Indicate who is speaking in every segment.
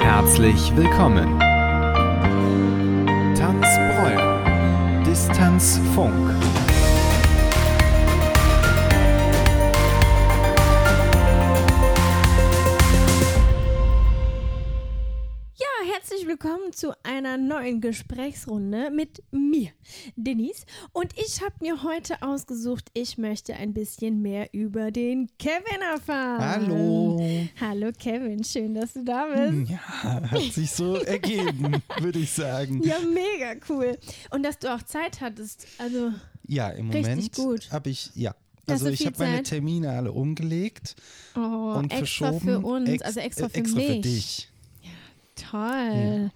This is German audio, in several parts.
Speaker 1: Herzlich willkommen. Tanzbräu. Distanzfunk.
Speaker 2: Ja, herzlich willkommen zu einer neuen Gesprächsrunde mit mir, Denise. Und ich habe mir heute ausgesucht, ich möchte ein bisschen mehr über den Kevin erfahren.
Speaker 3: Hallo. Hm.
Speaker 2: Hallo Kevin, schön, dass du da bist.
Speaker 3: Ja, hat sich so ergeben, würde ich sagen.
Speaker 2: Ja, mega cool. Und dass du auch Zeit hattest. Also,
Speaker 3: Ja, im
Speaker 2: Richtig
Speaker 3: Moment
Speaker 2: gut.
Speaker 3: habe ich, ja.
Speaker 2: Hast
Speaker 3: Also
Speaker 2: du
Speaker 3: ich
Speaker 2: viel
Speaker 3: habe meine
Speaker 2: Zeit?
Speaker 3: Termine alle umgelegt
Speaker 2: oh,
Speaker 3: und
Speaker 2: extra
Speaker 3: verschoben.
Speaker 2: für uns,
Speaker 3: Ex-
Speaker 2: also extra
Speaker 3: äh,
Speaker 2: für
Speaker 3: extra
Speaker 2: mich.
Speaker 3: für dich.
Speaker 2: Toll.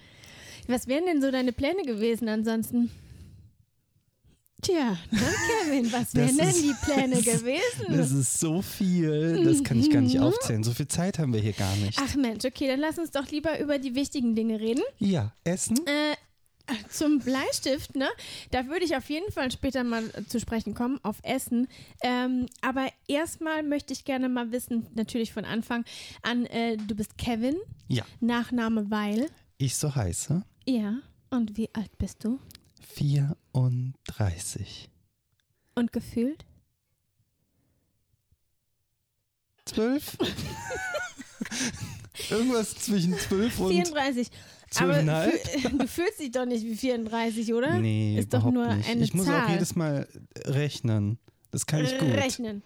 Speaker 2: Was wären denn so deine Pläne gewesen ansonsten? Tja, ne, Kevin, was wären denn
Speaker 3: ist-
Speaker 2: die Pläne
Speaker 3: das ist-
Speaker 2: gewesen?
Speaker 3: Das ist so viel, das kann ich gar nicht aufzählen. So viel Zeit haben wir hier gar nicht.
Speaker 2: Mhm. Ach Mensch, okay, dann lass uns doch lieber über die wichtigen Dinge reden.
Speaker 3: Ja, Essen?
Speaker 2: Äh, zum Bleistift, ne? Da würde ich auf jeden Fall später mal zu sprechen kommen, auf Essen. Ähm, aber erstmal möchte ich gerne mal wissen, natürlich von Anfang an, äh, du bist Kevin,
Speaker 3: Ja,
Speaker 2: Nachname Weil.
Speaker 3: ich so heiße.
Speaker 2: Ja. Und wie alt bist du?
Speaker 3: 34.
Speaker 2: Und gefühlt?
Speaker 3: 12? Irgendwas zwischen 12 und
Speaker 2: 34. Aber
Speaker 3: 12,5?
Speaker 2: fü- du fühlst dich doch nicht wie 34, oder?
Speaker 3: Nee,
Speaker 2: Ne? Ist doch
Speaker 3: überhaupt
Speaker 2: nur
Speaker 3: nicht.
Speaker 2: eine
Speaker 3: ich muss
Speaker 2: Zahl.
Speaker 3: auch jedes Mal rechnen. Das kann ich gut.
Speaker 2: Rechnen.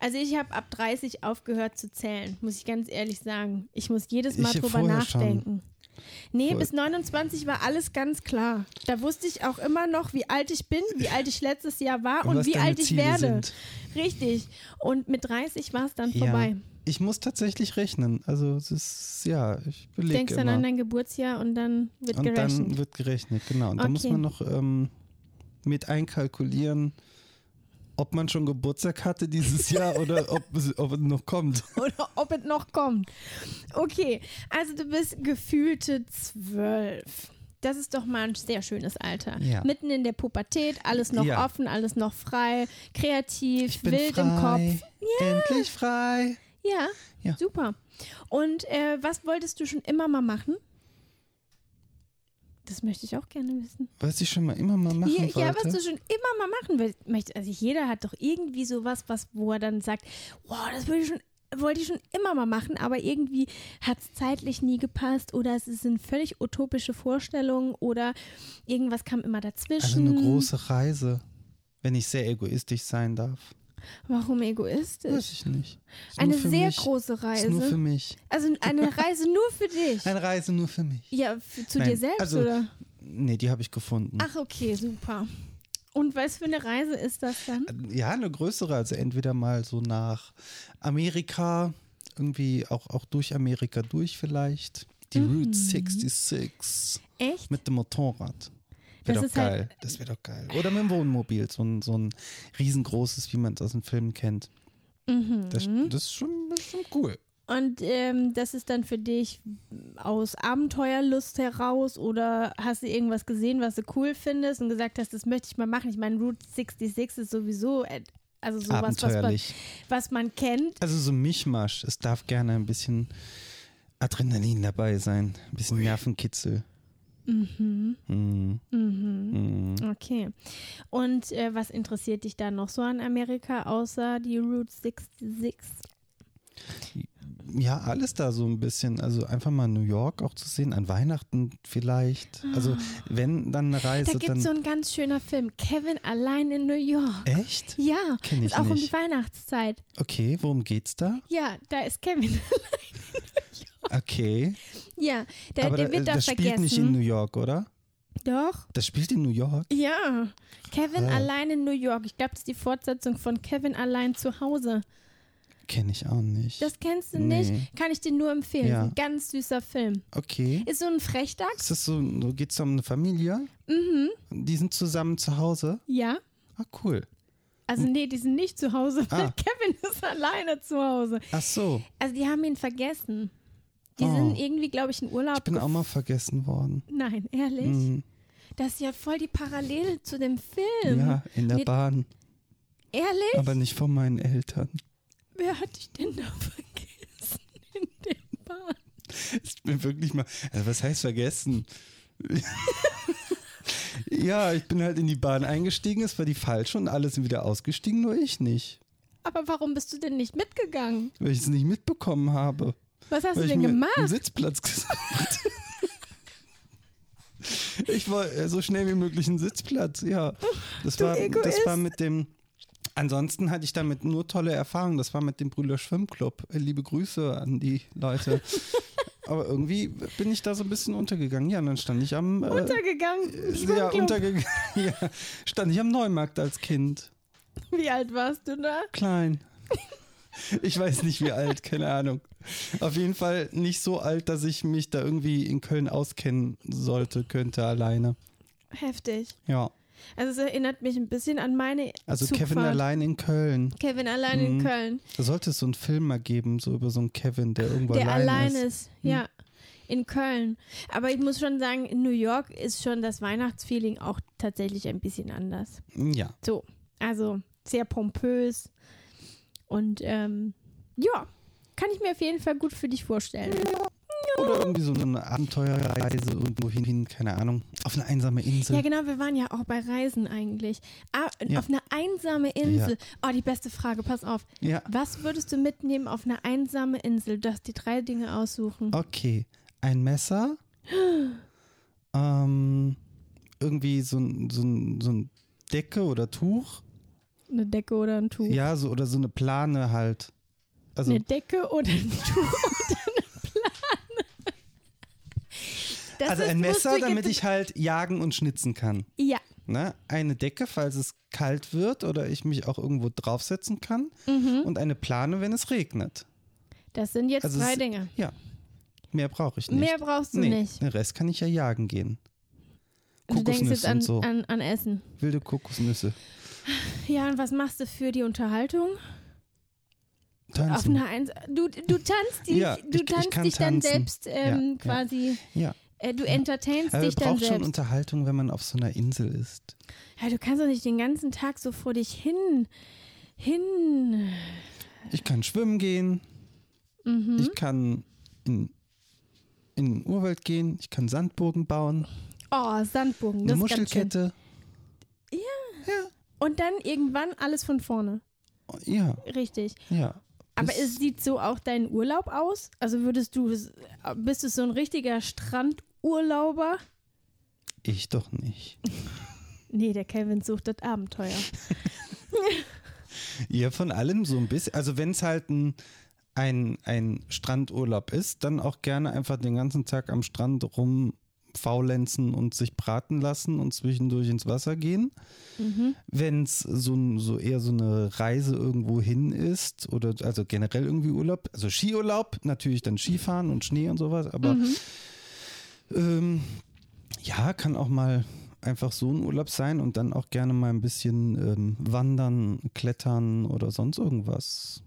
Speaker 2: Also ich habe ab 30 aufgehört zu zählen, muss ich ganz ehrlich sagen. Ich muss jedes Mal
Speaker 3: Ich
Speaker 2: drüber
Speaker 3: vorher
Speaker 2: nachdenken. Nee,
Speaker 3: Voll.
Speaker 2: bis 29 war alles ganz klar. Da wusste ich auch immer noch, wie alt ich bin, wie alt ich letztes Jahr war und,
Speaker 3: was
Speaker 2: wie
Speaker 3: deine
Speaker 2: alt ich
Speaker 3: Ziele
Speaker 2: werde.
Speaker 3: Sind.
Speaker 2: Richtig. Und mit 30 war es dann
Speaker 3: Ja.
Speaker 2: vorbei.
Speaker 3: Ich muss tatsächlich rechnen. Also es ist, ja, ich
Speaker 2: Du
Speaker 3: belege
Speaker 2: denkst
Speaker 3: immer.
Speaker 2: dann an dein Geburtsjahr und dann wird
Speaker 3: und
Speaker 2: gerechnet.
Speaker 3: dann wird gerechnet, genau. Und da muss
Speaker 2: Okay.
Speaker 3: man noch ähm, mit einkalkulieren, ob man schon Geburtstag hatte dieses Jahr oder ob, es- ob es noch kommt.
Speaker 2: oder ob es noch kommt. Okay, also du bist gefühlte zwölf. Das ist doch mal ein sehr schönes Alter.
Speaker 3: Ja.
Speaker 2: Mitten in der Pubertät, alles noch
Speaker 3: Ja.
Speaker 2: offen, alles noch frei, kreativ,
Speaker 3: Ich bin
Speaker 2: wild
Speaker 3: frei.
Speaker 2: im Kopf.
Speaker 3: Endlich frei.
Speaker 2: Ja,
Speaker 3: Ja.
Speaker 2: super. Und äh, was wolltest du schon immer mal machen? Das möchte ich auch gerne wissen.
Speaker 3: Was ich schon mal immer mal machen
Speaker 2: Ja,
Speaker 3: wollte.
Speaker 2: ja, was du schon immer mal machen will- möchtest. Also jeder hat doch irgendwie sowas, was, wo er dann sagt, wow, das würde ich schon wollte ich schon immer mal machen, aber irgendwie hat es zeitlich nie gepasst oder es sind völlig utopische Vorstellungen oder irgendwas kam immer
Speaker 3: also
Speaker 2: dazwischen.
Speaker 3: eine große Reise, wenn ich sehr egoistisch sein darf.
Speaker 2: Warum egoistisch?
Speaker 3: Weiß ich nicht. Ist nur
Speaker 2: Eine
Speaker 3: für
Speaker 2: sehr
Speaker 3: mich.
Speaker 2: große
Speaker 3: Ist nur für
Speaker 2: Reise.
Speaker 3: mich.
Speaker 2: Also eine Reise nur für dich.
Speaker 3: Eine Reise nur für mich.
Speaker 2: Ja, für, zu
Speaker 3: Nein,
Speaker 2: dir selbst
Speaker 3: also-
Speaker 2: oder?
Speaker 3: Nee, die habe ich gefunden.
Speaker 2: Ach okay, super. Und was für eine Reise ist das dann?
Speaker 3: Ja, eine größere. Also entweder mal so nach Amerika, irgendwie auch, auch durch Amerika durch vielleicht. Die
Speaker 2: Mhm.
Speaker 3: Route 66
Speaker 2: Echt?
Speaker 3: mit dem Motorrad.
Speaker 2: Das
Speaker 3: Wäre doch
Speaker 2: ist halt-
Speaker 3: geil. das wäre doch geil. Oder mit dem Wohnmobil, so ein, so ein riesengroßes, wie man es aus den Filmen kennt.
Speaker 2: Mhm.
Speaker 3: Das, das ist schon, das ist schon cool.
Speaker 2: Und ähm, das ist dann für dich aus Abenteuerlust heraus oder hast du irgendwas gesehen, was du cool findest und gesagt hast, das möchte ich mal machen? Ich meine, Route 66 ist sowieso äh, also sowas, was man,
Speaker 3: Abenteuerlich.
Speaker 2: was man kennt.
Speaker 3: Also so ein Mischmasch. Es darf gerne ein bisschen Adrenalin dabei sein. Ein bisschen Nervenkitzel. Mhm. Mhm.
Speaker 2: Okay. Und äh, was interessiert dich da noch so an Amerika, außer die Route 66?
Speaker 3: Ja, alles da so ein bisschen. Also einfach mal New York auch zu sehen, an Weihnachten vielleicht. Also wenn dann eine Reise,
Speaker 2: Ah. da gibt
Speaker 3: dann.
Speaker 2: es so ein ganz schöner Film, Kevin allein in New York.
Speaker 3: Echt?
Speaker 2: Ja,
Speaker 3: Kenn ich
Speaker 2: ist auch um die
Speaker 3: nicht.
Speaker 2: Weihnachtszeit.
Speaker 3: Okay, worum geht's da?
Speaker 2: Ja, da ist Kevin.
Speaker 3: Okay.
Speaker 2: ja, der,
Speaker 3: Aber
Speaker 2: der
Speaker 3: da- äh,
Speaker 2: wird da
Speaker 3: das spielt
Speaker 2: vergessen.
Speaker 3: nicht in New York, oder?
Speaker 2: Doch.
Speaker 3: Das spielt in New York.
Speaker 2: Ja, Kevin
Speaker 3: Ah.
Speaker 2: allein in New York. Ich glaube, das ist die Fortsetzung von Kevin allein zu Hause.
Speaker 3: Kenne ich auch nicht.
Speaker 2: Das kennst du
Speaker 3: Nee.
Speaker 2: nicht, kann ich dir nur empfehlen.
Speaker 3: Ja.
Speaker 2: Ist Ein ganz süßer Film.
Speaker 3: okay.
Speaker 2: Ist so ein Frechdachs?
Speaker 3: Ist das so, so geht's um eine Familie?
Speaker 2: Mhm,
Speaker 3: Die sind zusammen zu Hause.
Speaker 2: ja.
Speaker 3: Ah, cool.
Speaker 2: Also nee, die sind nicht zu Hause, weil
Speaker 3: Hm. Ah.
Speaker 2: Kevin ist alleine zu Hause.
Speaker 3: Ach so,
Speaker 2: Also die haben ihn vergessen. Die
Speaker 3: Oh.
Speaker 2: sind irgendwie, glaube ich, in Urlaub.
Speaker 3: ich bin auch mal vergessen worden.
Speaker 2: gef- Nein, ehrlich?
Speaker 3: Mhm.
Speaker 2: Das ist ja voll die Parallele zu dem Film.
Speaker 3: Ja, in der
Speaker 2: Nee.
Speaker 3: Bahn,
Speaker 2: Ehrlich?
Speaker 3: aber nicht von meinen Eltern.
Speaker 2: Wer hat dich denn da vergessen in der Bahn?
Speaker 3: Es bin wirklich mal, also was heißt vergessen? ja, ich bin halt in die Bahn eingestiegen, es war die falsche und alle sind wieder ausgestiegen, nur ich nicht,
Speaker 2: Aber warum bist du denn nicht mitgegangen?
Speaker 3: weil ich es nicht mitbekommen habe.
Speaker 2: Was hast du
Speaker 3: weil ich
Speaker 2: denn
Speaker 3: mir einen
Speaker 2: gemacht?
Speaker 3: Sitzplatz gesucht. ich wollte äh, so schnell wie möglich einen Sitzplatz, ja. Das war, das
Speaker 2: Egoist.
Speaker 3: war mit dem. Ansonsten hatte ich damit nur tolle Erfahrungen. Das war mit dem Brüller Schwimmclub. Äh, Liebe Grüße an die Leute. Aber irgendwie bin ich da so ein bisschen untergegangen. Ja, und dann stand ich am. Äh,
Speaker 2: Untergegangen.
Speaker 3: ja,
Speaker 2: Schwimmclub.
Speaker 3: untergegangen. ja, stand ich am Neumarkt als Kind.
Speaker 2: Wie alt warst du da?
Speaker 3: Klein. Ich weiß nicht, wie alt, keine Ahnung. Auf jeden Fall nicht so alt, dass ich mich da irgendwie in Köln auskennen sollte, könnte alleine.
Speaker 2: Heftig.
Speaker 3: Ja.
Speaker 2: Also es erinnert mich ein bisschen an meine
Speaker 3: Also
Speaker 2: Zugfahrt.
Speaker 3: Kevin allein in Köln.
Speaker 2: Kevin allein
Speaker 3: Mhm.
Speaker 2: in Köln.
Speaker 3: Da sollte es so einen Film mal geben, so über so einen Kevin, der irgendwo
Speaker 2: Der
Speaker 3: allein
Speaker 2: allein
Speaker 3: ist. Mhm.
Speaker 2: ist, ja. In Köln. Aber ich muss schon sagen, in New York ist schon das Weihnachtsfeeling auch tatsächlich ein bisschen anders.
Speaker 3: Ja.
Speaker 2: So, also sehr pompös. Und ähm, ja, kann ich mir auf jeden Fall gut für dich vorstellen.
Speaker 3: Oder irgendwie so eine Abenteuerreise irgendwo hin, keine Ahnung, auf eine einsame Insel.
Speaker 2: Ja, genau, wir waren ja auch bei Reisen eigentlich. Ah,
Speaker 3: Ja.
Speaker 2: Auf eine einsame Insel. Oh, die beste Frage, pass auf.
Speaker 3: Ja.
Speaker 2: Was würdest du mitnehmen auf eine einsame Insel? Du darfst die drei Dinge aussuchen.
Speaker 3: Okay, ein Messer. ähm, irgendwie so ein, so, ein, so ein Decke oder Tuch.
Speaker 2: Eine Decke oder ein Tuch.
Speaker 3: Ja, so oder so eine Plane halt. Also
Speaker 2: Eine Decke oder ein Tuch und eine Plane. Das
Speaker 3: also
Speaker 2: ist-
Speaker 3: ein
Speaker 2: musst
Speaker 3: Messer,
Speaker 2: du
Speaker 3: damit
Speaker 2: jetzt-
Speaker 3: ich halt jagen und schnitzen kann.
Speaker 2: Ja,
Speaker 3: Ne? Eine Decke, falls es kalt wird oder ich mich auch irgendwo draufsetzen kann.
Speaker 2: Mhm.
Speaker 3: Und eine Plane, wenn es regnet.
Speaker 2: das sind jetzt
Speaker 3: Also
Speaker 2: drei
Speaker 3: es-
Speaker 2: Dinge.
Speaker 3: Ja. Mehr brauche ich nicht.
Speaker 2: Mehr brauchst du
Speaker 3: nee,
Speaker 2: nicht.
Speaker 3: Den Rest kann ich ja jagen gehen.
Speaker 2: Du denkst jetzt
Speaker 3: Kokosnüsse
Speaker 2: an,
Speaker 3: und so.
Speaker 2: an, an Essen.
Speaker 3: Wilde Kokosnüsse.
Speaker 2: Ja, und was machst du für die Unterhaltung? Auf
Speaker 3: Tanzen.
Speaker 2: einer Eins du, du tanzt, dich,
Speaker 3: Ja,
Speaker 2: du
Speaker 3: ich- ich
Speaker 2: tanzt
Speaker 3: kann
Speaker 2: dich dann
Speaker 3: tanzen.
Speaker 2: selbst ähm,
Speaker 3: Ja, ja.
Speaker 2: quasi,
Speaker 3: Ja.
Speaker 2: Äh, du entertainst
Speaker 3: Aber
Speaker 2: dich
Speaker 3: man
Speaker 2: dann
Speaker 3: braucht schon
Speaker 2: selbst.
Speaker 3: Unterhaltung, wenn man auf so einer Insel ist.
Speaker 2: Ja, du kannst doch nicht den ganzen Tag so vor dich hin, hin.
Speaker 3: Ich kann schwimmen gehen.
Speaker 2: Mhm.
Speaker 3: Ich kann in, in den Urwald gehen. Ich kann Sandburgen bauen.
Speaker 2: Oh, Sandburgen,
Speaker 3: Eine
Speaker 2: das ist ganz schön.
Speaker 3: Muschelkette.
Speaker 2: Und dann irgendwann alles von vorne.
Speaker 3: Oh, Ja,
Speaker 2: Richtig.
Speaker 3: ja.
Speaker 2: Aber
Speaker 3: Das-
Speaker 2: es sieht so auch dein Urlaub aus? Also würdest du, bist du so ein richtiger Strandurlauber?
Speaker 3: ich doch nicht.
Speaker 2: Nee, der Kevin sucht das Abenteuer.
Speaker 3: Ja, von allem so ein bisschen. Also wenn es halt ein, ein, ein Strandurlaub ist, dann auch gerne einfach den ganzen Tag am Strand rum faulenzen und sich braten lassen und zwischendurch ins Wasser gehen.
Speaker 2: Mhm.
Speaker 3: Wenn es so, ein- so eher so eine Reise irgendwo hin ist oder also generell irgendwie Urlaub, also Skiurlaub, natürlich dann Skifahren und Schnee und sowas, aber
Speaker 2: Mhm.
Speaker 3: ähm, ja, kann auch mal einfach so ein Urlaub sein und dann auch gerne mal ein bisschen ähm, wandern, klettern oder sonst irgendwas.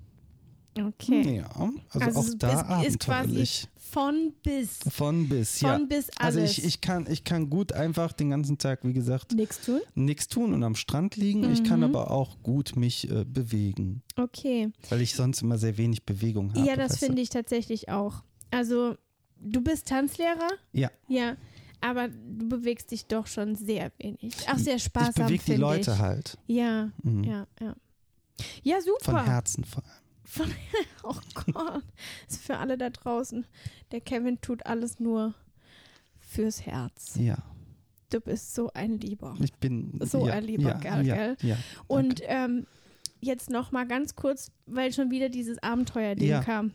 Speaker 2: Okay.
Speaker 3: Ja, also, auch
Speaker 2: es
Speaker 3: da
Speaker 2: ist, ist quasi
Speaker 3: abenteuerlich.
Speaker 2: von bis.
Speaker 3: Von bis, ja.
Speaker 2: Von bis alles.
Speaker 3: Also ich, ich, kann, ich kann gut einfach den ganzen Tag, wie gesagt,
Speaker 2: Nix tun?
Speaker 3: nichts tun und am Strand liegen. Ich
Speaker 2: Mhm.
Speaker 3: kann aber auch gut mich äh, bewegen,
Speaker 2: Okay.
Speaker 3: weil ich sonst immer sehr wenig Bewegung habe.
Speaker 2: ja, das finde ich tatsächlich auch. Also du bist Tanzlehrer,
Speaker 3: ich. Ja,
Speaker 2: ja, aber du bewegst dich doch schon sehr wenig. Auch sehr
Speaker 3: ich
Speaker 2: sparsam,
Speaker 3: bewege die
Speaker 2: finde
Speaker 3: Leute
Speaker 2: ich.
Speaker 3: halt.
Speaker 2: Ja,
Speaker 3: Mhm.
Speaker 2: ja, ja. Ja, super.
Speaker 3: Von Herzen vor allem.
Speaker 2: Von, oh Gott, ist für alle da draußen. Der Kevin tut alles nur fürs Herz.
Speaker 3: Ja,
Speaker 2: Du bist so ein Lieber.
Speaker 3: ich bin
Speaker 2: So
Speaker 3: ja,
Speaker 2: ein lieber
Speaker 3: ja,
Speaker 2: Kerl,
Speaker 3: ja,
Speaker 2: gell?
Speaker 3: Ja,
Speaker 2: Und ähm, jetzt noch mal ganz kurz, weil schon wieder dieses Abenteuerding
Speaker 3: Ja.
Speaker 2: kam.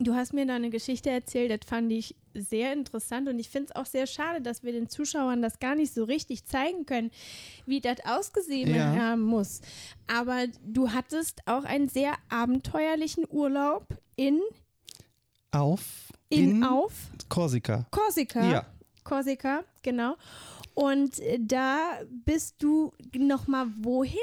Speaker 2: Du hast mir da eine Geschichte erzählt, das fand ich sehr interessant und ich finde es auch sehr schade, dass wir den Zuschauern das gar nicht so richtig zeigen können, wie das ausgesehen
Speaker 3: Ja.
Speaker 2: haben muss. Aber du hattest auch einen sehr abenteuerlichen Urlaub in,
Speaker 3: auf
Speaker 2: in, auf
Speaker 3: Korsika.
Speaker 2: Korsika.
Speaker 3: Ja.
Speaker 2: Korsika, genau. Und äh, da bist du nochmal wohin?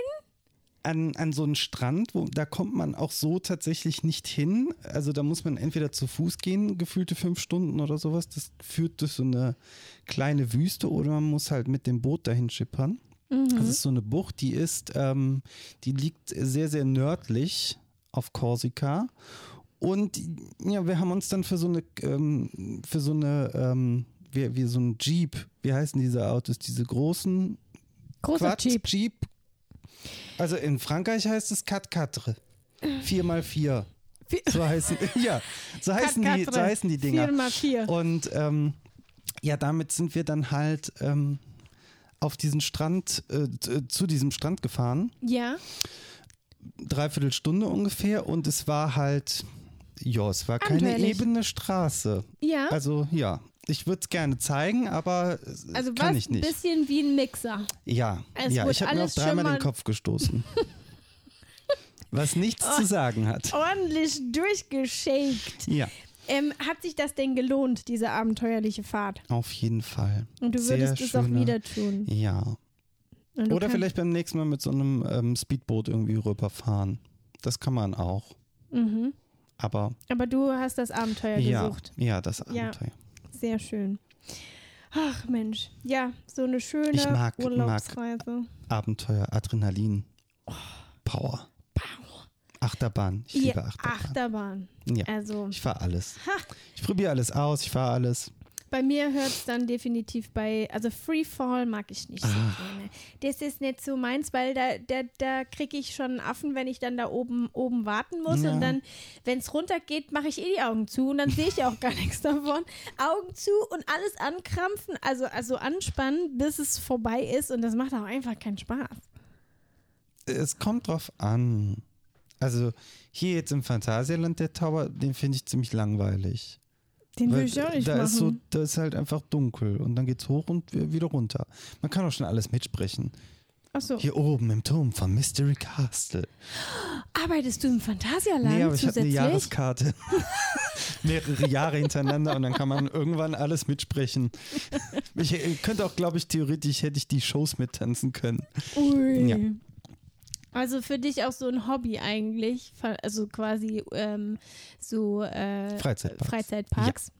Speaker 3: An, an so einen Strand, wo, da kommt man auch so tatsächlich nicht hin. Also da muss man entweder zu Fuß gehen, gefühlte fünf Stunden oder sowas. Das führt durch so eine kleine Wüste oder man muss halt mit dem Boot dahin schippern. Das ist so eine Bucht, die ist, ähm, die liegt sehr, sehr nördlich auf Korsika. Und ja, wir haben uns dann für so eine, ähm, für so eine, ähm, wie, wie so ein Jeep, wie heißen diese Autos, diese großen
Speaker 2: Großer
Speaker 3: Quad
Speaker 2: Jeep.
Speaker 3: Also in Frankreich heißt es Cat-Catre. 4x4. So heißen, ja, so heißen, die, so
Speaker 2: Cat-Catre.
Speaker 3: heißen die Dinger.
Speaker 2: Vier mal vier.
Speaker 3: Und ähm, ja, damit sind wir dann halt ähm, auf diesen Strand, äh, t- zu diesem Strand gefahren.
Speaker 2: Ja,
Speaker 3: Dreiviertel Stunde ungefähr. Und es war halt, ja, es war keine
Speaker 2: Abenteuerlich.
Speaker 3: ebene Straße.
Speaker 2: ja. Also,
Speaker 3: Also ja, ich würde es gerne zeigen, aber äh,
Speaker 2: war
Speaker 3: kann
Speaker 2: es
Speaker 3: ich
Speaker 2: ein
Speaker 3: nicht.
Speaker 2: Also bisschen wie ein Mixer.
Speaker 3: Ja,
Speaker 2: Es
Speaker 3: ja
Speaker 2: wurde
Speaker 3: ich habe mir auch
Speaker 2: alles schon
Speaker 3: dreimal den
Speaker 2: mal-
Speaker 3: Kopf gestoßen. was nichts
Speaker 2: Oh.
Speaker 3: zu sagen hat.
Speaker 2: Ordentlich durchgeschakt.
Speaker 3: Ja,
Speaker 2: Ähm, hat sich das denn gelohnt, diese abenteuerliche Fahrt?
Speaker 3: auf jeden Fall.
Speaker 2: Und du würdest
Speaker 3: Sehr
Speaker 2: es auch
Speaker 3: schöne-
Speaker 2: wieder tun.
Speaker 3: Ja.
Speaker 2: Und du
Speaker 3: Oder
Speaker 2: kannst-
Speaker 3: vielleicht beim nächsten Mal mit so einem ähm, Speedboot irgendwie rüberfahren. Das kann man auch.
Speaker 2: Mhm.
Speaker 3: Aber
Speaker 2: Aber du hast das Abenteuer
Speaker 3: ja,
Speaker 2: gesucht.
Speaker 3: ja, das
Speaker 2: Ja.
Speaker 3: Abenteuer.
Speaker 2: Sehr schön. Ach Mensch, ja, so eine schöne
Speaker 3: Ich mag- mag-
Speaker 2: Urlaubsreise.
Speaker 3: Abenteuer, Adrenalin, Power,
Speaker 2: Pow.
Speaker 3: Achterbahn. Ich
Speaker 2: Oh. Ihr
Speaker 3: liebe Achterbahn.
Speaker 2: Achterbahn.
Speaker 3: Ja.
Speaker 2: Also
Speaker 3: Ich fahre alles.
Speaker 2: Ha.
Speaker 3: Ich probiere alles aus, ich fahre alles.
Speaker 2: bei mir hört es dann definitiv bei, also Freefall mag ich nicht so
Speaker 3: Ah.
Speaker 2: gerne. Das ist nicht so meins, weil da, da, da kriege ich schon einen Affen, wenn ich dann da oben, oben warten muss.
Speaker 3: Ja.
Speaker 2: Und dann, wenn es runtergeht, mache ich eh die Augen zu und dann sehe ich ja auch gar nichts davon. Augen zu und alles ankrampfen, also, also anspannen, bis es vorbei ist. Und das macht auch einfach keinen Spaß.
Speaker 3: Es kommt drauf an. Also hier jetzt im Phantasialand der Tower, den finde ich ziemlich langweilig.
Speaker 2: Den
Speaker 3: Weil
Speaker 2: will ich auch nicht
Speaker 3: da
Speaker 2: machen.
Speaker 3: ist so, da ist halt einfach dunkel und dann geht's hoch und w- wieder runter. Man kann auch schon alles mitsprechen.
Speaker 2: Ach so.
Speaker 3: Hier oben im Turm von Mystery Castle.
Speaker 2: Arbeitest du im Phantasialand
Speaker 3: nee, aber ich habe eine
Speaker 2: zusätzlich?
Speaker 3: Jahreskarte. Mehrere Jahre hintereinander und dann kann man irgendwann alles mitsprechen. Ich äh, könnte auch, glaube ich, theoretisch hätte ich die Shows mittanzen können.
Speaker 2: Ui.
Speaker 3: Ja.
Speaker 2: Also für dich auch so ein Hobby eigentlich, Fa- also quasi ähm, so äh,
Speaker 3: Freizeitparks.
Speaker 2: Freizeitparks.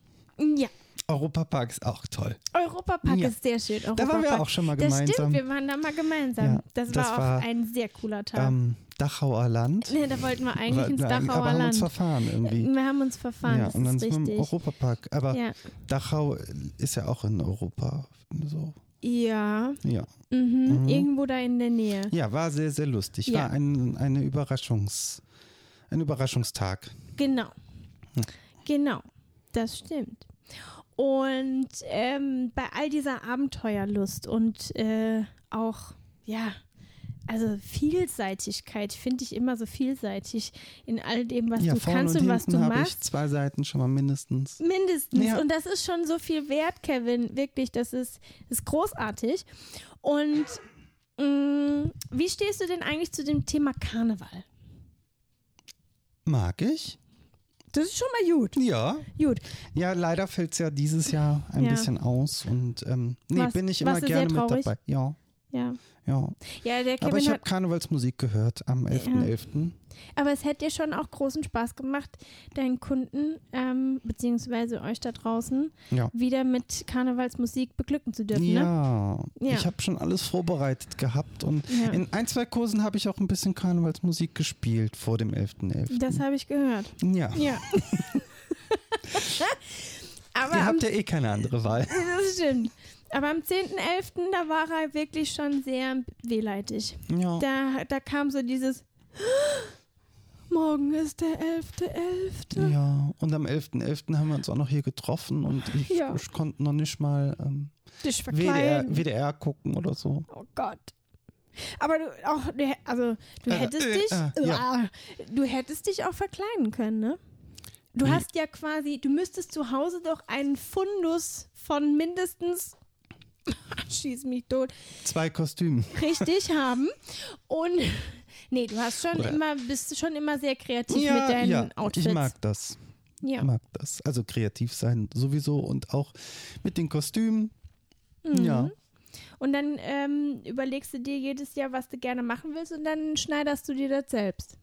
Speaker 2: Ja,
Speaker 3: Europapark ist auch toll.
Speaker 2: Europapark
Speaker 3: Ja.
Speaker 2: ist sehr schön.
Speaker 3: Da waren wir
Speaker 2: Europapark.
Speaker 3: auch schon mal
Speaker 2: Das stimmt,
Speaker 3: gemeinsam.
Speaker 2: wir waren da mal gemeinsam.
Speaker 3: Ja,
Speaker 2: das,
Speaker 3: das
Speaker 2: war
Speaker 3: war,
Speaker 2: auch ein sehr cooler Tag.
Speaker 3: Am Dachauer Land.
Speaker 2: nee, da wollten wir eigentlich
Speaker 3: War-
Speaker 2: ins
Speaker 3: nein, aber
Speaker 2: Dachauer
Speaker 3: haben uns
Speaker 2: Land.
Speaker 3: verfahren irgendwie.
Speaker 2: Wir haben uns verfahren,
Speaker 3: Ja,
Speaker 2: das
Speaker 3: und dann
Speaker 2: ist
Speaker 3: sind wir im
Speaker 2: richtig.
Speaker 3: Europapark. Aber
Speaker 2: Ja.
Speaker 3: Dachau ist ja auch in Europa. So.
Speaker 2: Ja,
Speaker 3: Ja.
Speaker 2: mhm.
Speaker 3: Mhm.
Speaker 2: irgendwo da in der Nähe.
Speaker 3: ja, war sehr, sehr lustig.
Speaker 2: Ja.
Speaker 3: War ein, eine Überraschungs, ein Überraschungstag.
Speaker 2: Genau.
Speaker 3: Hm.
Speaker 2: Genau. Das stimmt. Und ähm, bei all dieser Abenteuerlust und äh, auch, ja, also Vielseitigkeit finde ich immer so vielseitig in all dem, was
Speaker 3: ja,
Speaker 2: du
Speaker 3: vorne
Speaker 2: kannst und,
Speaker 3: und
Speaker 2: was du
Speaker 3: hinten habe ich
Speaker 2: machst.
Speaker 3: zwei Seiten schon mal mindestens.
Speaker 2: Mindestens.
Speaker 3: Ja.
Speaker 2: Und das ist schon so viel wert, Kevin. Wirklich, das ist, ist großartig. Und mh, wie stehst du denn eigentlich zu dem Thema Karneval?
Speaker 3: Mag ich?
Speaker 2: Das ist schon mal gut.
Speaker 3: Ja.
Speaker 2: Gut.
Speaker 3: Ja, leider fällt es ja dieses Jahr ein
Speaker 2: Ja.
Speaker 3: bisschen aus. Und ähm, nee,
Speaker 2: Warst-
Speaker 3: bin ich immer
Speaker 2: warst du
Speaker 3: gerne
Speaker 2: sehr
Speaker 3: mit
Speaker 2: traurig?
Speaker 3: dabei. Ja,
Speaker 2: Ja.
Speaker 3: ja.
Speaker 2: Ja, der Kevin
Speaker 3: Aber ich
Speaker 2: hat
Speaker 3: habe Karnevalsmusik gehört am 11.11.
Speaker 2: Aber es hätte dir schon auch großen Spaß gemacht, deinen Kunden ähm, beziehungsweise euch da draußen
Speaker 3: Ja.
Speaker 2: wieder mit Karnevalsmusik beglücken zu dürfen. Ne?
Speaker 3: Ja,
Speaker 2: Ja.
Speaker 3: ich habe schon alles vorbereitet gehabt und
Speaker 2: Ja.
Speaker 3: in ein, zwei Kursen habe ich auch ein bisschen Karnevalsmusik gespielt vor dem 11.11.
Speaker 2: Das habe ich gehört.
Speaker 3: Ja,
Speaker 2: Ja. Aber
Speaker 3: ihr
Speaker 2: am,
Speaker 3: habt ja eh keine andere Wahl.
Speaker 2: das stimmt. Aber am 10.11., da war er wirklich schon sehr wehleidig.
Speaker 3: Ja,
Speaker 2: Da, da kam so dieses Morgen ist der 11.11.
Speaker 3: ja. und am 11.11. haben wir uns auch noch hier getroffen und ich,
Speaker 2: Ja.
Speaker 3: ich konnte noch nicht mal ähm,
Speaker 2: Dich
Speaker 3: WDR,
Speaker 2: verkleiden.
Speaker 3: WDR gucken oder so.
Speaker 2: Oh Gott. Aber du auch, du hä- also du
Speaker 3: Äh,
Speaker 2: hättest
Speaker 3: äh,
Speaker 2: dich,
Speaker 3: äh, ja.
Speaker 2: Ah, du hättest dich auch verkleiden können, ne? Du
Speaker 3: Nee.
Speaker 2: hast ja quasi, du müsstest zu Hause doch einen Fundus von mindestens schieß mich tot,
Speaker 3: Zwei Kostüme.
Speaker 2: richtig haben und nee, du hast schon
Speaker 3: Oder-
Speaker 2: immer bist schon immer sehr kreativ mit
Speaker 3: Ja,
Speaker 2: deinen
Speaker 3: ja,
Speaker 2: Outfits.
Speaker 3: ich mag das.
Speaker 2: ja.
Speaker 3: mag das. Also kreativ sein sowieso und auch mit den Kostümen.
Speaker 2: Mhm.
Speaker 3: Ja.
Speaker 2: Und dann ähm, überlegst du dir jedes Jahr, was du gerne machen willst und dann schneiderst du dir das selbst.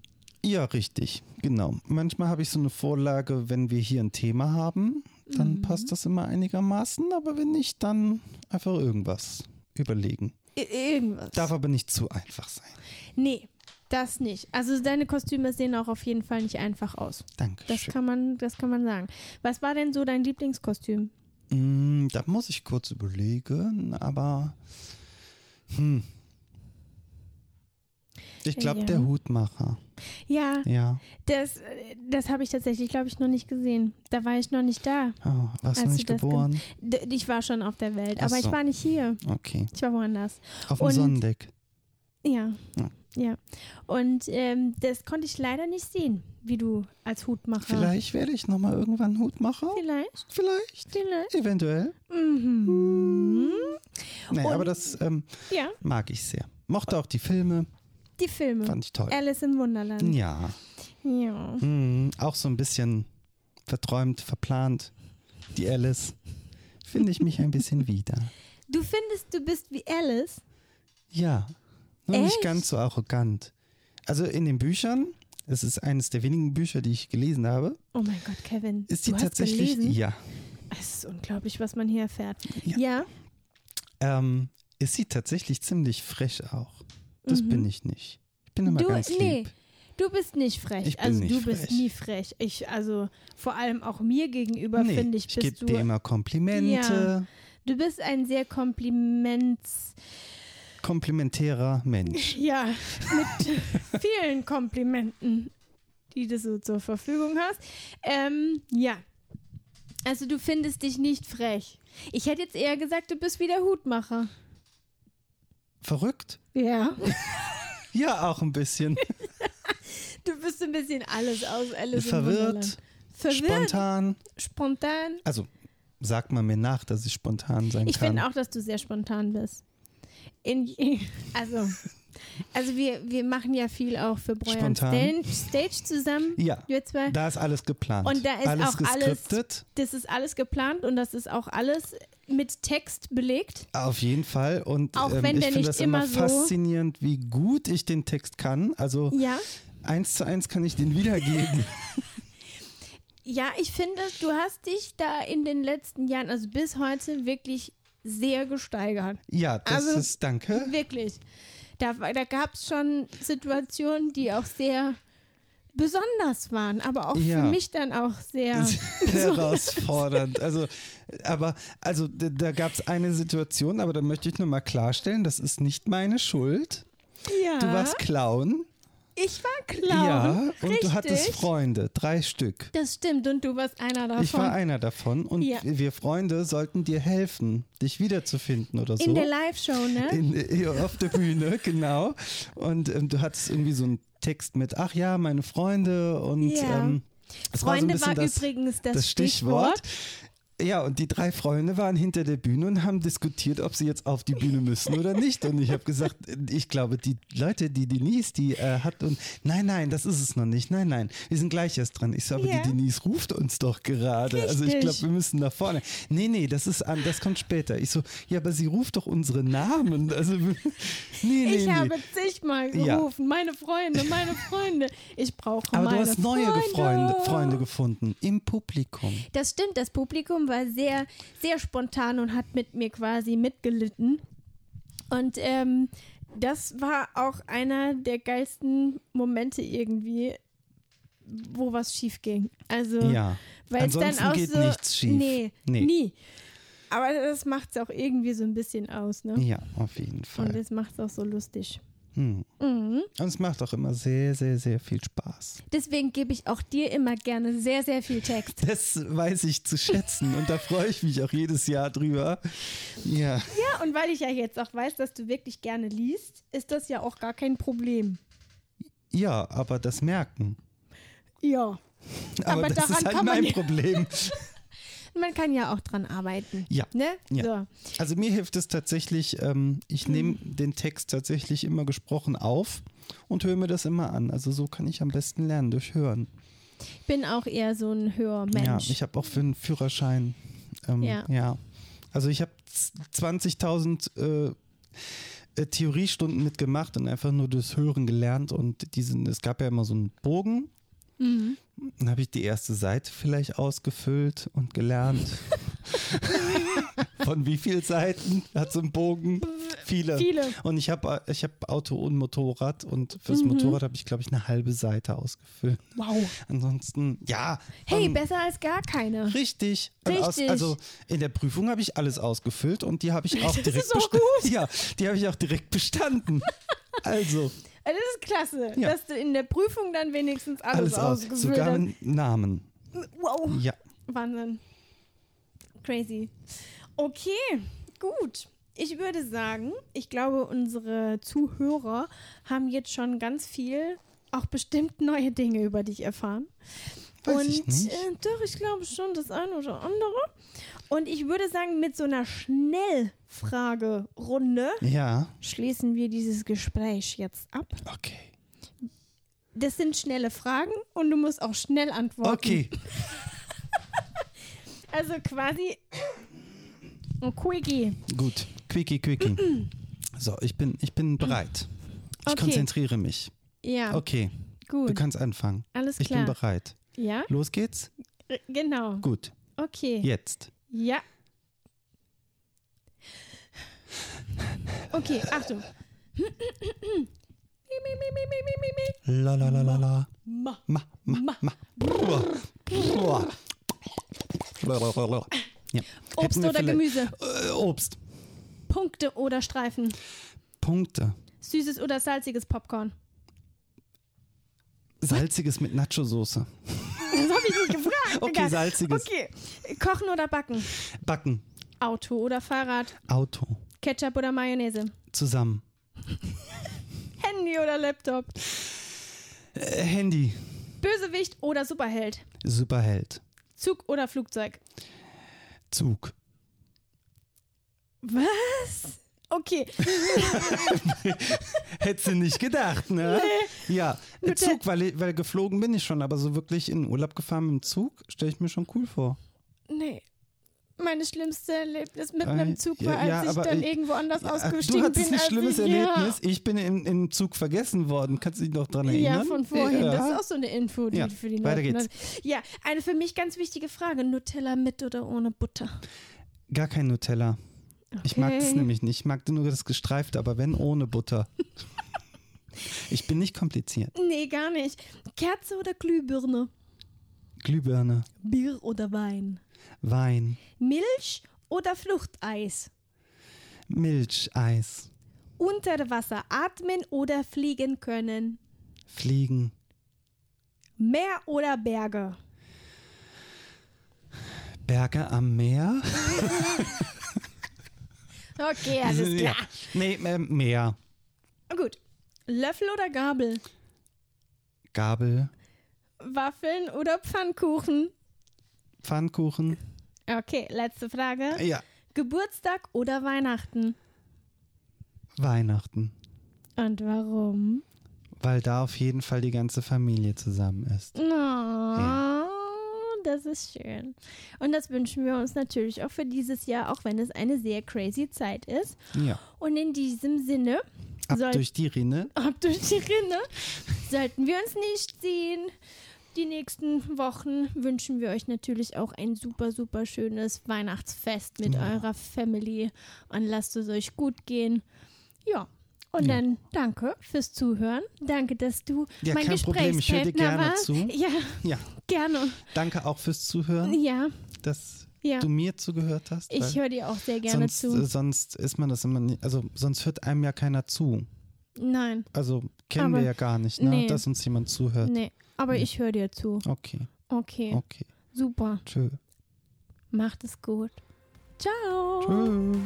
Speaker 3: Ja, richtig, genau. Manchmal habe ich so eine Vorlage, wenn wir hier ein Thema haben, dann
Speaker 2: Mhm.
Speaker 3: passt das immer einigermaßen, aber wenn nicht, dann einfach irgendwas überlegen.
Speaker 2: I irgendwas.
Speaker 3: Darf aber nicht zu einfach sein.
Speaker 2: Nee, Das nicht. Also deine Kostüme sehen auch auf jeden Fall nicht einfach aus. Das
Speaker 3: Dankeschön.
Speaker 2: kann man, das kann man sagen. Was war denn so dein Lieblingskostüm?
Speaker 3: Mm, da muss ich kurz überlegen, aber hm. Ich glaube,
Speaker 2: Ja.
Speaker 3: der Hutmacher.
Speaker 2: Ja,
Speaker 3: Ja.
Speaker 2: das, äh, das habe ich tatsächlich, glaube ich, noch nicht gesehen. Da war ich noch nicht da.
Speaker 3: Oh, warst
Speaker 2: Als
Speaker 3: du
Speaker 2: du
Speaker 3: nicht
Speaker 2: das ge-
Speaker 3: geboren?
Speaker 2: D ich war schon auf der Welt,
Speaker 3: Ach
Speaker 2: aber
Speaker 3: so.
Speaker 2: ich war nicht hier.
Speaker 3: Okay.
Speaker 2: Ich war woanders.
Speaker 3: Auf dem
Speaker 2: Und- Ah.
Speaker 3: Sonnendeck.
Speaker 2: Ja.
Speaker 3: Ja.
Speaker 2: Ja. Und ähm, das konnte ich leider nicht sehen, wie du als Hutmacher.
Speaker 3: Vielleicht werde ich nochmal irgendwann Hutmacher.
Speaker 2: Vielleicht.
Speaker 3: Vielleicht.
Speaker 2: Vielleicht.
Speaker 3: Eventuell.
Speaker 2: Mhm.
Speaker 3: Nee,
Speaker 2: Und-
Speaker 3: aber das ähm,
Speaker 2: Ja,
Speaker 3: mag ich sehr. Mochte auch die Filme,
Speaker 2: die Filme.
Speaker 3: fand ich toll.
Speaker 2: Alice im Wunderland.
Speaker 3: Ja.
Speaker 2: Ja.
Speaker 3: Mhm, auch so ein bisschen verträumt, verplant. Die Alice. Finde ich mich ein bisschen wieder.
Speaker 2: Du findest, du bist wie Alice.
Speaker 3: Ja. Nur nicht
Speaker 2: Echt?
Speaker 3: ganz so arrogant. Also in den Büchern, es ist eines der wenigen Bücher, die ich gelesen habe,
Speaker 2: Oh mein Gott, Kevin.
Speaker 3: ist sie
Speaker 2: du hast
Speaker 3: tatsächlich.
Speaker 2: Gelesen?
Speaker 3: Ja.
Speaker 2: Es ist unglaublich, was man hier erfährt.
Speaker 3: Ja.
Speaker 2: Ja.
Speaker 3: Ähm, ist sie tatsächlich ziemlich frech auch. Das bin ich nicht. Ich bin immer
Speaker 2: Mhm. Du-
Speaker 3: ganz lieb.
Speaker 2: nee. Du bist nicht frech.
Speaker 3: Ich bin
Speaker 2: also
Speaker 3: nicht
Speaker 2: du bist
Speaker 3: frech.
Speaker 2: nie frech. Ich, also vor allem auch mir gegenüber,
Speaker 3: Nee,
Speaker 2: finde ich,
Speaker 3: ich
Speaker 2: bist
Speaker 3: gebe
Speaker 2: du.
Speaker 3: dir immer Komplimente.
Speaker 2: Du bist ein sehr Kompliments.
Speaker 3: Komplimentärer Mensch.
Speaker 2: Ja, mit vielen Komplimenten, die du so zur Verfügung hast. Ähm, ja. Also du findest dich nicht frech. Ich hätte jetzt eher gesagt, du bist wie der Hutmacher.
Speaker 3: Verrückt?
Speaker 2: Ja.
Speaker 3: Ja, auch ein bisschen.
Speaker 2: Du bist ein bisschen alles aus Alice im Wunderland.
Speaker 3: Verwirrt,
Speaker 2: Verwirrt,
Speaker 3: spontan.
Speaker 2: spontan.
Speaker 3: Also sagt man mir nach, dass ich spontan sein
Speaker 2: Ich
Speaker 3: kann.
Speaker 2: finde auch, dass du sehr spontan bist. In, also, also wir, wir machen ja viel auch für Breuer
Speaker 3: Spontan.
Speaker 2: Stage, Stage zusammen.
Speaker 3: Ja.
Speaker 2: Wir zwei.
Speaker 3: Da ist alles geplant.
Speaker 2: Und da ist
Speaker 3: alles
Speaker 2: auch alles-
Speaker 3: geskriptet.
Speaker 2: Das ist alles geplant und das ist auch alles mit Text belegt.
Speaker 3: Auf jeden Fall. Und
Speaker 2: Auch
Speaker 3: ähm,
Speaker 2: wenn
Speaker 3: ich
Speaker 2: der
Speaker 3: finde
Speaker 2: nicht
Speaker 3: das immer
Speaker 2: immer so-
Speaker 3: faszinierend, wie gut ich den Text kann. Also
Speaker 2: Ja.
Speaker 3: eins zu eins kann ich den wiedergeben.
Speaker 2: Ja, ich finde, du hast dich da in den letzten Jahren, also bis heute, wirklich sehr gesteigert.
Speaker 3: ja, das
Speaker 2: Also-
Speaker 3: ist danke.
Speaker 2: Wirklich. Da, war- da gab es schon Situationen, die auch sehr besonders waren, aber auch
Speaker 3: Ja.
Speaker 2: für mich dann auch sehr.
Speaker 3: herausfordernd. Also, aber also d- da gab es eine Situation, aber da möchte ich nur mal klarstellen, das ist nicht meine Schuld.
Speaker 2: Ja.
Speaker 3: Du warst Clown.
Speaker 2: ich war Clown.
Speaker 3: Ja, und
Speaker 2: Richtig.
Speaker 3: du hattest Freunde, drei Stück.
Speaker 2: Das stimmt und du warst einer davon.
Speaker 3: Ich war einer davon und
Speaker 2: Ja.
Speaker 3: wir Freunde sollten dir helfen, dich wiederzufinden oder so.
Speaker 2: in der Live-Show, ne?
Speaker 3: In, äh, auf der Bühne, genau. Und ähm, du hattest irgendwie so einen Text mit, ach ja, meine Freunde und
Speaker 2: Ja.
Speaker 3: ähm, es
Speaker 2: Freunde
Speaker 3: war, so ein bisschen das,
Speaker 2: übrigens das,
Speaker 3: das Stichwort. Ja, und die drei Freunde waren hinter der Bühne und haben diskutiert, ob sie jetzt auf die Bühne müssen oder nicht. Und ich habe gesagt, ich glaube, die Leute, die Denise, die äh, hat und nein, nein, das ist es noch nicht. Nein, nein, wir sind gleich erst dran. Ich so, aber
Speaker 2: Ja.
Speaker 3: die Denise ruft uns doch gerade. Also ich
Speaker 2: Richtig.
Speaker 3: glaube, wir müssen nach vorne. Nee, nee, das ist an, das kommt später. Ich so, ja, aber sie ruft doch unsere Namen. Also wir- nee, nee,
Speaker 2: Ich
Speaker 3: nee.
Speaker 2: habe zigmal
Speaker 3: Ja.
Speaker 2: gerufen, meine Freunde, meine Freunde. Ich brauche
Speaker 3: aber du
Speaker 2: meine
Speaker 3: hast neue
Speaker 2: Freunde.
Speaker 3: Freunde, Freunde gefunden im Publikum.
Speaker 2: Das stimmt, das Publikum war sehr, sehr spontan und hat mit mir quasi mitgelitten. Und ähm, das war auch einer der geilsten Momente irgendwie, wo was schief ging. Also,
Speaker 3: Ja.
Speaker 2: weil es dann
Speaker 3: Ansonsten
Speaker 2: auch
Speaker 3: geht
Speaker 2: so,
Speaker 3: nichts schief.
Speaker 2: Nee,
Speaker 3: Nee.
Speaker 2: nie. Aber das macht es auch irgendwie so ein bisschen aus, ne?
Speaker 3: Ja, auf jeden Fall.
Speaker 2: Und das macht es auch so lustig.
Speaker 3: Hm.
Speaker 2: Mhm.
Speaker 3: Und es macht auch immer sehr, sehr, sehr viel Spaß.
Speaker 2: Deswegen gebe ich auch dir immer gerne sehr, sehr viel Text.
Speaker 3: Das weiß ich zu schätzen und da freue ich mich auch jedes Jahr drüber.
Speaker 2: Ja,
Speaker 3: Ja,
Speaker 2: und weil ich ja jetzt auch weiß, dass du wirklich gerne liest, ist das ja auch gar kein Problem.
Speaker 3: ja aber das merken.
Speaker 2: Ja.
Speaker 3: Aber,
Speaker 2: Aber
Speaker 3: das
Speaker 2: daran
Speaker 3: ist halt
Speaker 2: kann man
Speaker 3: mein
Speaker 2: ja-
Speaker 3: Problem.
Speaker 2: Man kann ja auch dran arbeiten.
Speaker 3: Ja.
Speaker 2: Ne?
Speaker 3: Ja.
Speaker 2: So.
Speaker 3: Also mir hilft es tatsächlich, ähm, ich
Speaker 2: Hm.
Speaker 3: nehme den Text tatsächlich immer gesprochen auf und höre mir das immer an. Also so kann ich am besten lernen, durch Hören.
Speaker 2: Ich bin auch eher so ein
Speaker 3: Ja,
Speaker 2: Hörmensch.
Speaker 3: ich habe auch für einen Führerschein. Ähm, ja.
Speaker 2: Ja.
Speaker 3: Also ich habe z- 20.000 äh, äh, Theoriestunden mitgemacht und einfach nur das Hören gelernt. Und diesen, es gab ja immer so einen Bogen.
Speaker 2: Mhm.
Speaker 3: Dann habe ich die erste Seite vielleicht ausgefüllt und gelernt. Von wie viel Seiten hat so ein Bogen? Viele.
Speaker 2: Viele. Mhm.
Speaker 3: Und ich habe ich hab Auto und Motorrad und fürs Motorrad habe ich, glaube ich, eine halbe Seite ausgefüllt.
Speaker 2: Wow.
Speaker 3: Ansonsten, ja.
Speaker 2: Hey,
Speaker 3: ähm,
Speaker 2: besser als gar keine.
Speaker 3: Richtig. Und Aus,
Speaker 2: Richtig.
Speaker 3: also in der Prüfung habe ich alles ausgefüllt und die habe ich auch
Speaker 2: Das
Speaker 3: direkt
Speaker 2: ist auch
Speaker 3: besta- Ja, die habe ich auch direkt bestanden. Also,
Speaker 2: Also Das ist klasse,
Speaker 3: Ja.
Speaker 2: dass du in der Prüfung dann wenigstens alles,
Speaker 3: alles aus.
Speaker 2: ausgefüllt
Speaker 3: Sogar
Speaker 2: hast.
Speaker 3: einen Namen.
Speaker 2: Wow.
Speaker 3: Ja.
Speaker 2: Wahnsinn. Crazy. Okay, gut. Ich würde sagen, ich glaube, unsere Zuhörer haben jetzt schon ganz viel, auch bestimmt neue Dinge über dich erfahren.
Speaker 3: Weiß
Speaker 2: Und
Speaker 3: ich nicht.
Speaker 2: Äh, doch, ich glaube schon das eine oder andere. Und ich würde sagen, mit so einer Schnellfragerunde
Speaker 3: Ja.
Speaker 2: schließen wir dieses Gespräch jetzt ab.
Speaker 3: Okay.
Speaker 2: Das sind schnelle Fragen und du musst auch schnell antworten.
Speaker 3: Okay.
Speaker 2: Also quasi oh, ein Quickie.
Speaker 3: Gut, quickie, quickie. So, ich bin, ich bin bereit. Ich
Speaker 2: Okay.
Speaker 3: konzentriere mich.
Speaker 2: Ja,
Speaker 3: Okay, Oh, du
Speaker 2: gut.
Speaker 3: kannst anfangen.
Speaker 2: Alles
Speaker 3: Ich bin
Speaker 2: klar.
Speaker 3: bereit.
Speaker 2: Ja,
Speaker 3: Los geht's?
Speaker 2: R- genau.
Speaker 3: Gut,
Speaker 2: Okay.
Speaker 3: jetzt.
Speaker 2: Ja. Okay, Achtung.
Speaker 3: La la la la la.
Speaker 2: Ma.
Speaker 3: Ma, ma, ma. Brua, brua. La, la, la, la. Ja.
Speaker 2: Obst
Speaker 3: Hätten wir
Speaker 2: oder
Speaker 3: vielleicht-
Speaker 2: Gemüse?
Speaker 3: Äh, Obst.
Speaker 2: Punkte oder Streifen?
Speaker 3: Punkte.
Speaker 2: Süßes oder salziges Popcorn?
Speaker 3: Salziges mit Nacho-Soße.
Speaker 2: Das habe ich nicht gefragt.
Speaker 3: Okay,
Speaker 2: Egal.
Speaker 3: salziges.
Speaker 2: Okay. Kochen oder backen?
Speaker 3: Backen.
Speaker 2: Auto oder Fahrrad?
Speaker 3: Auto.
Speaker 2: Ketchup oder Mayonnaise?
Speaker 3: Zusammen.
Speaker 2: Handy oder Laptop?
Speaker 3: Äh, Handy.
Speaker 2: Bösewicht oder Superheld?
Speaker 3: Superheld.
Speaker 2: Zug oder Flugzeug?
Speaker 3: Zug.
Speaker 2: Was? Okay,
Speaker 3: Hättest du nicht gedacht, ne? Ja, Äh,
Speaker 2: Nur der-
Speaker 3: Zug, weil, ich- weil geflogen bin ich schon, aber so wirklich in Urlaub gefahren mit dem Zug, stelle ich mir schon cool vor.
Speaker 2: nee. Meine schlimmste Erlebnis mit
Speaker 3: Äh,
Speaker 2: einem Zug war, als
Speaker 3: ja,
Speaker 2: ich
Speaker 3: aber,
Speaker 2: dann
Speaker 3: äh,
Speaker 2: irgendwo anders
Speaker 3: du
Speaker 2: ausgestiegen
Speaker 3: hattest
Speaker 2: bin.
Speaker 3: ein
Speaker 2: als
Speaker 3: schlimmes
Speaker 2: ich,
Speaker 3: Erlebnis. Ich bin in, in Zug vergessen worden. Kannst du dich noch dran
Speaker 2: Ja.
Speaker 3: erinnern?
Speaker 2: Ja, von vorhin.
Speaker 3: Ja.
Speaker 2: Das ist auch so eine Info, die
Speaker 3: Ja,
Speaker 2: für die
Speaker 3: weiter
Speaker 2: Leute. Ja, eine für mich ganz wichtige Frage: Nutella mit oder ohne Butter?
Speaker 3: Gar kein Nutella. Ich mag das
Speaker 2: Okay.
Speaker 3: nämlich nicht. Ich mag nur das gestreifte, aber wenn ohne Butter. ich bin nicht kompliziert.
Speaker 2: Nee, gar nicht. Kerze oder Glühbirne?
Speaker 3: Glühbirne,
Speaker 2: Bier oder Wein?
Speaker 3: Wein,
Speaker 2: Milch oder Fluchteis?
Speaker 3: Milch, Eis,
Speaker 2: Unter Wasser atmen oder fliegen können?
Speaker 3: Fliegen,
Speaker 2: Meer oder Berge?
Speaker 3: Berge am Meer.
Speaker 2: Okay, alles klar.
Speaker 3: Ja. Nee, äh, Meer.
Speaker 2: Gut. Löffel oder Gabel?
Speaker 3: Gabel,
Speaker 2: Waffeln oder Pfannkuchen?
Speaker 3: Pfannkuchen.
Speaker 2: Okay, letzte Frage.
Speaker 3: Ja.
Speaker 2: Geburtstag oder Weihnachten?
Speaker 3: Weihnachten.
Speaker 2: Und warum?
Speaker 3: Weil da auf jeden Fall die ganze Familie zusammen ist.
Speaker 2: Oh, das ist schön. Und das wünschen wir uns natürlich auch für dieses Jahr, auch wenn es eine sehr crazy Zeit ist.
Speaker 3: Ja.
Speaker 2: Und in diesem Sinne,
Speaker 3: Ab
Speaker 2: soll-
Speaker 3: durch die Rinne.
Speaker 2: ab durch die Rinne, sollten wir uns nicht sehen. Die nächsten Wochen wünschen wir euch natürlich auch ein super, super schönes Weihnachtsfest mit eurer Family und lasst es euch gut gehen. Ja. Und
Speaker 3: Ja.
Speaker 2: dann danke fürs Zuhören. Danke, dass du
Speaker 3: Ja,
Speaker 2: mein
Speaker 3: kein Problem. Ich höre
Speaker 2: Gesprächspartner
Speaker 3: dir gerne
Speaker 2: warst.
Speaker 3: zu.
Speaker 2: Ja,
Speaker 3: Ja.
Speaker 2: gerne.
Speaker 3: Danke auch fürs Zuhören,
Speaker 2: Ja,
Speaker 3: dass
Speaker 2: ja.
Speaker 3: du mir zugehört hast. weil
Speaker 2: Ich höre dir auch sehr gerne
Speaker 3: sonst, äh,
Speaker 2: zu.
Speaker 3: Sonst ist man das immer nicht, also sonst hört einem ja keiner zu.
Speaker 2: Nein,
Speaker 3: Also kennen wir
Speaker 2: Aber-
Speaker 3: ja gar nicht, ne?
Speaker 2: nee.
Speaker 3: dass uns jemand zuhört.
Speaker 2: nee. Aber ich höre dir zu.
Speaker 3: Okay,
Speaker 2: Okay,
Speaker 3: okay.
Speaker 2: super.
Speaker 3: Tschö.
Speaker 2: Macht es gut. Ciao.
Speaker 3: Tschö.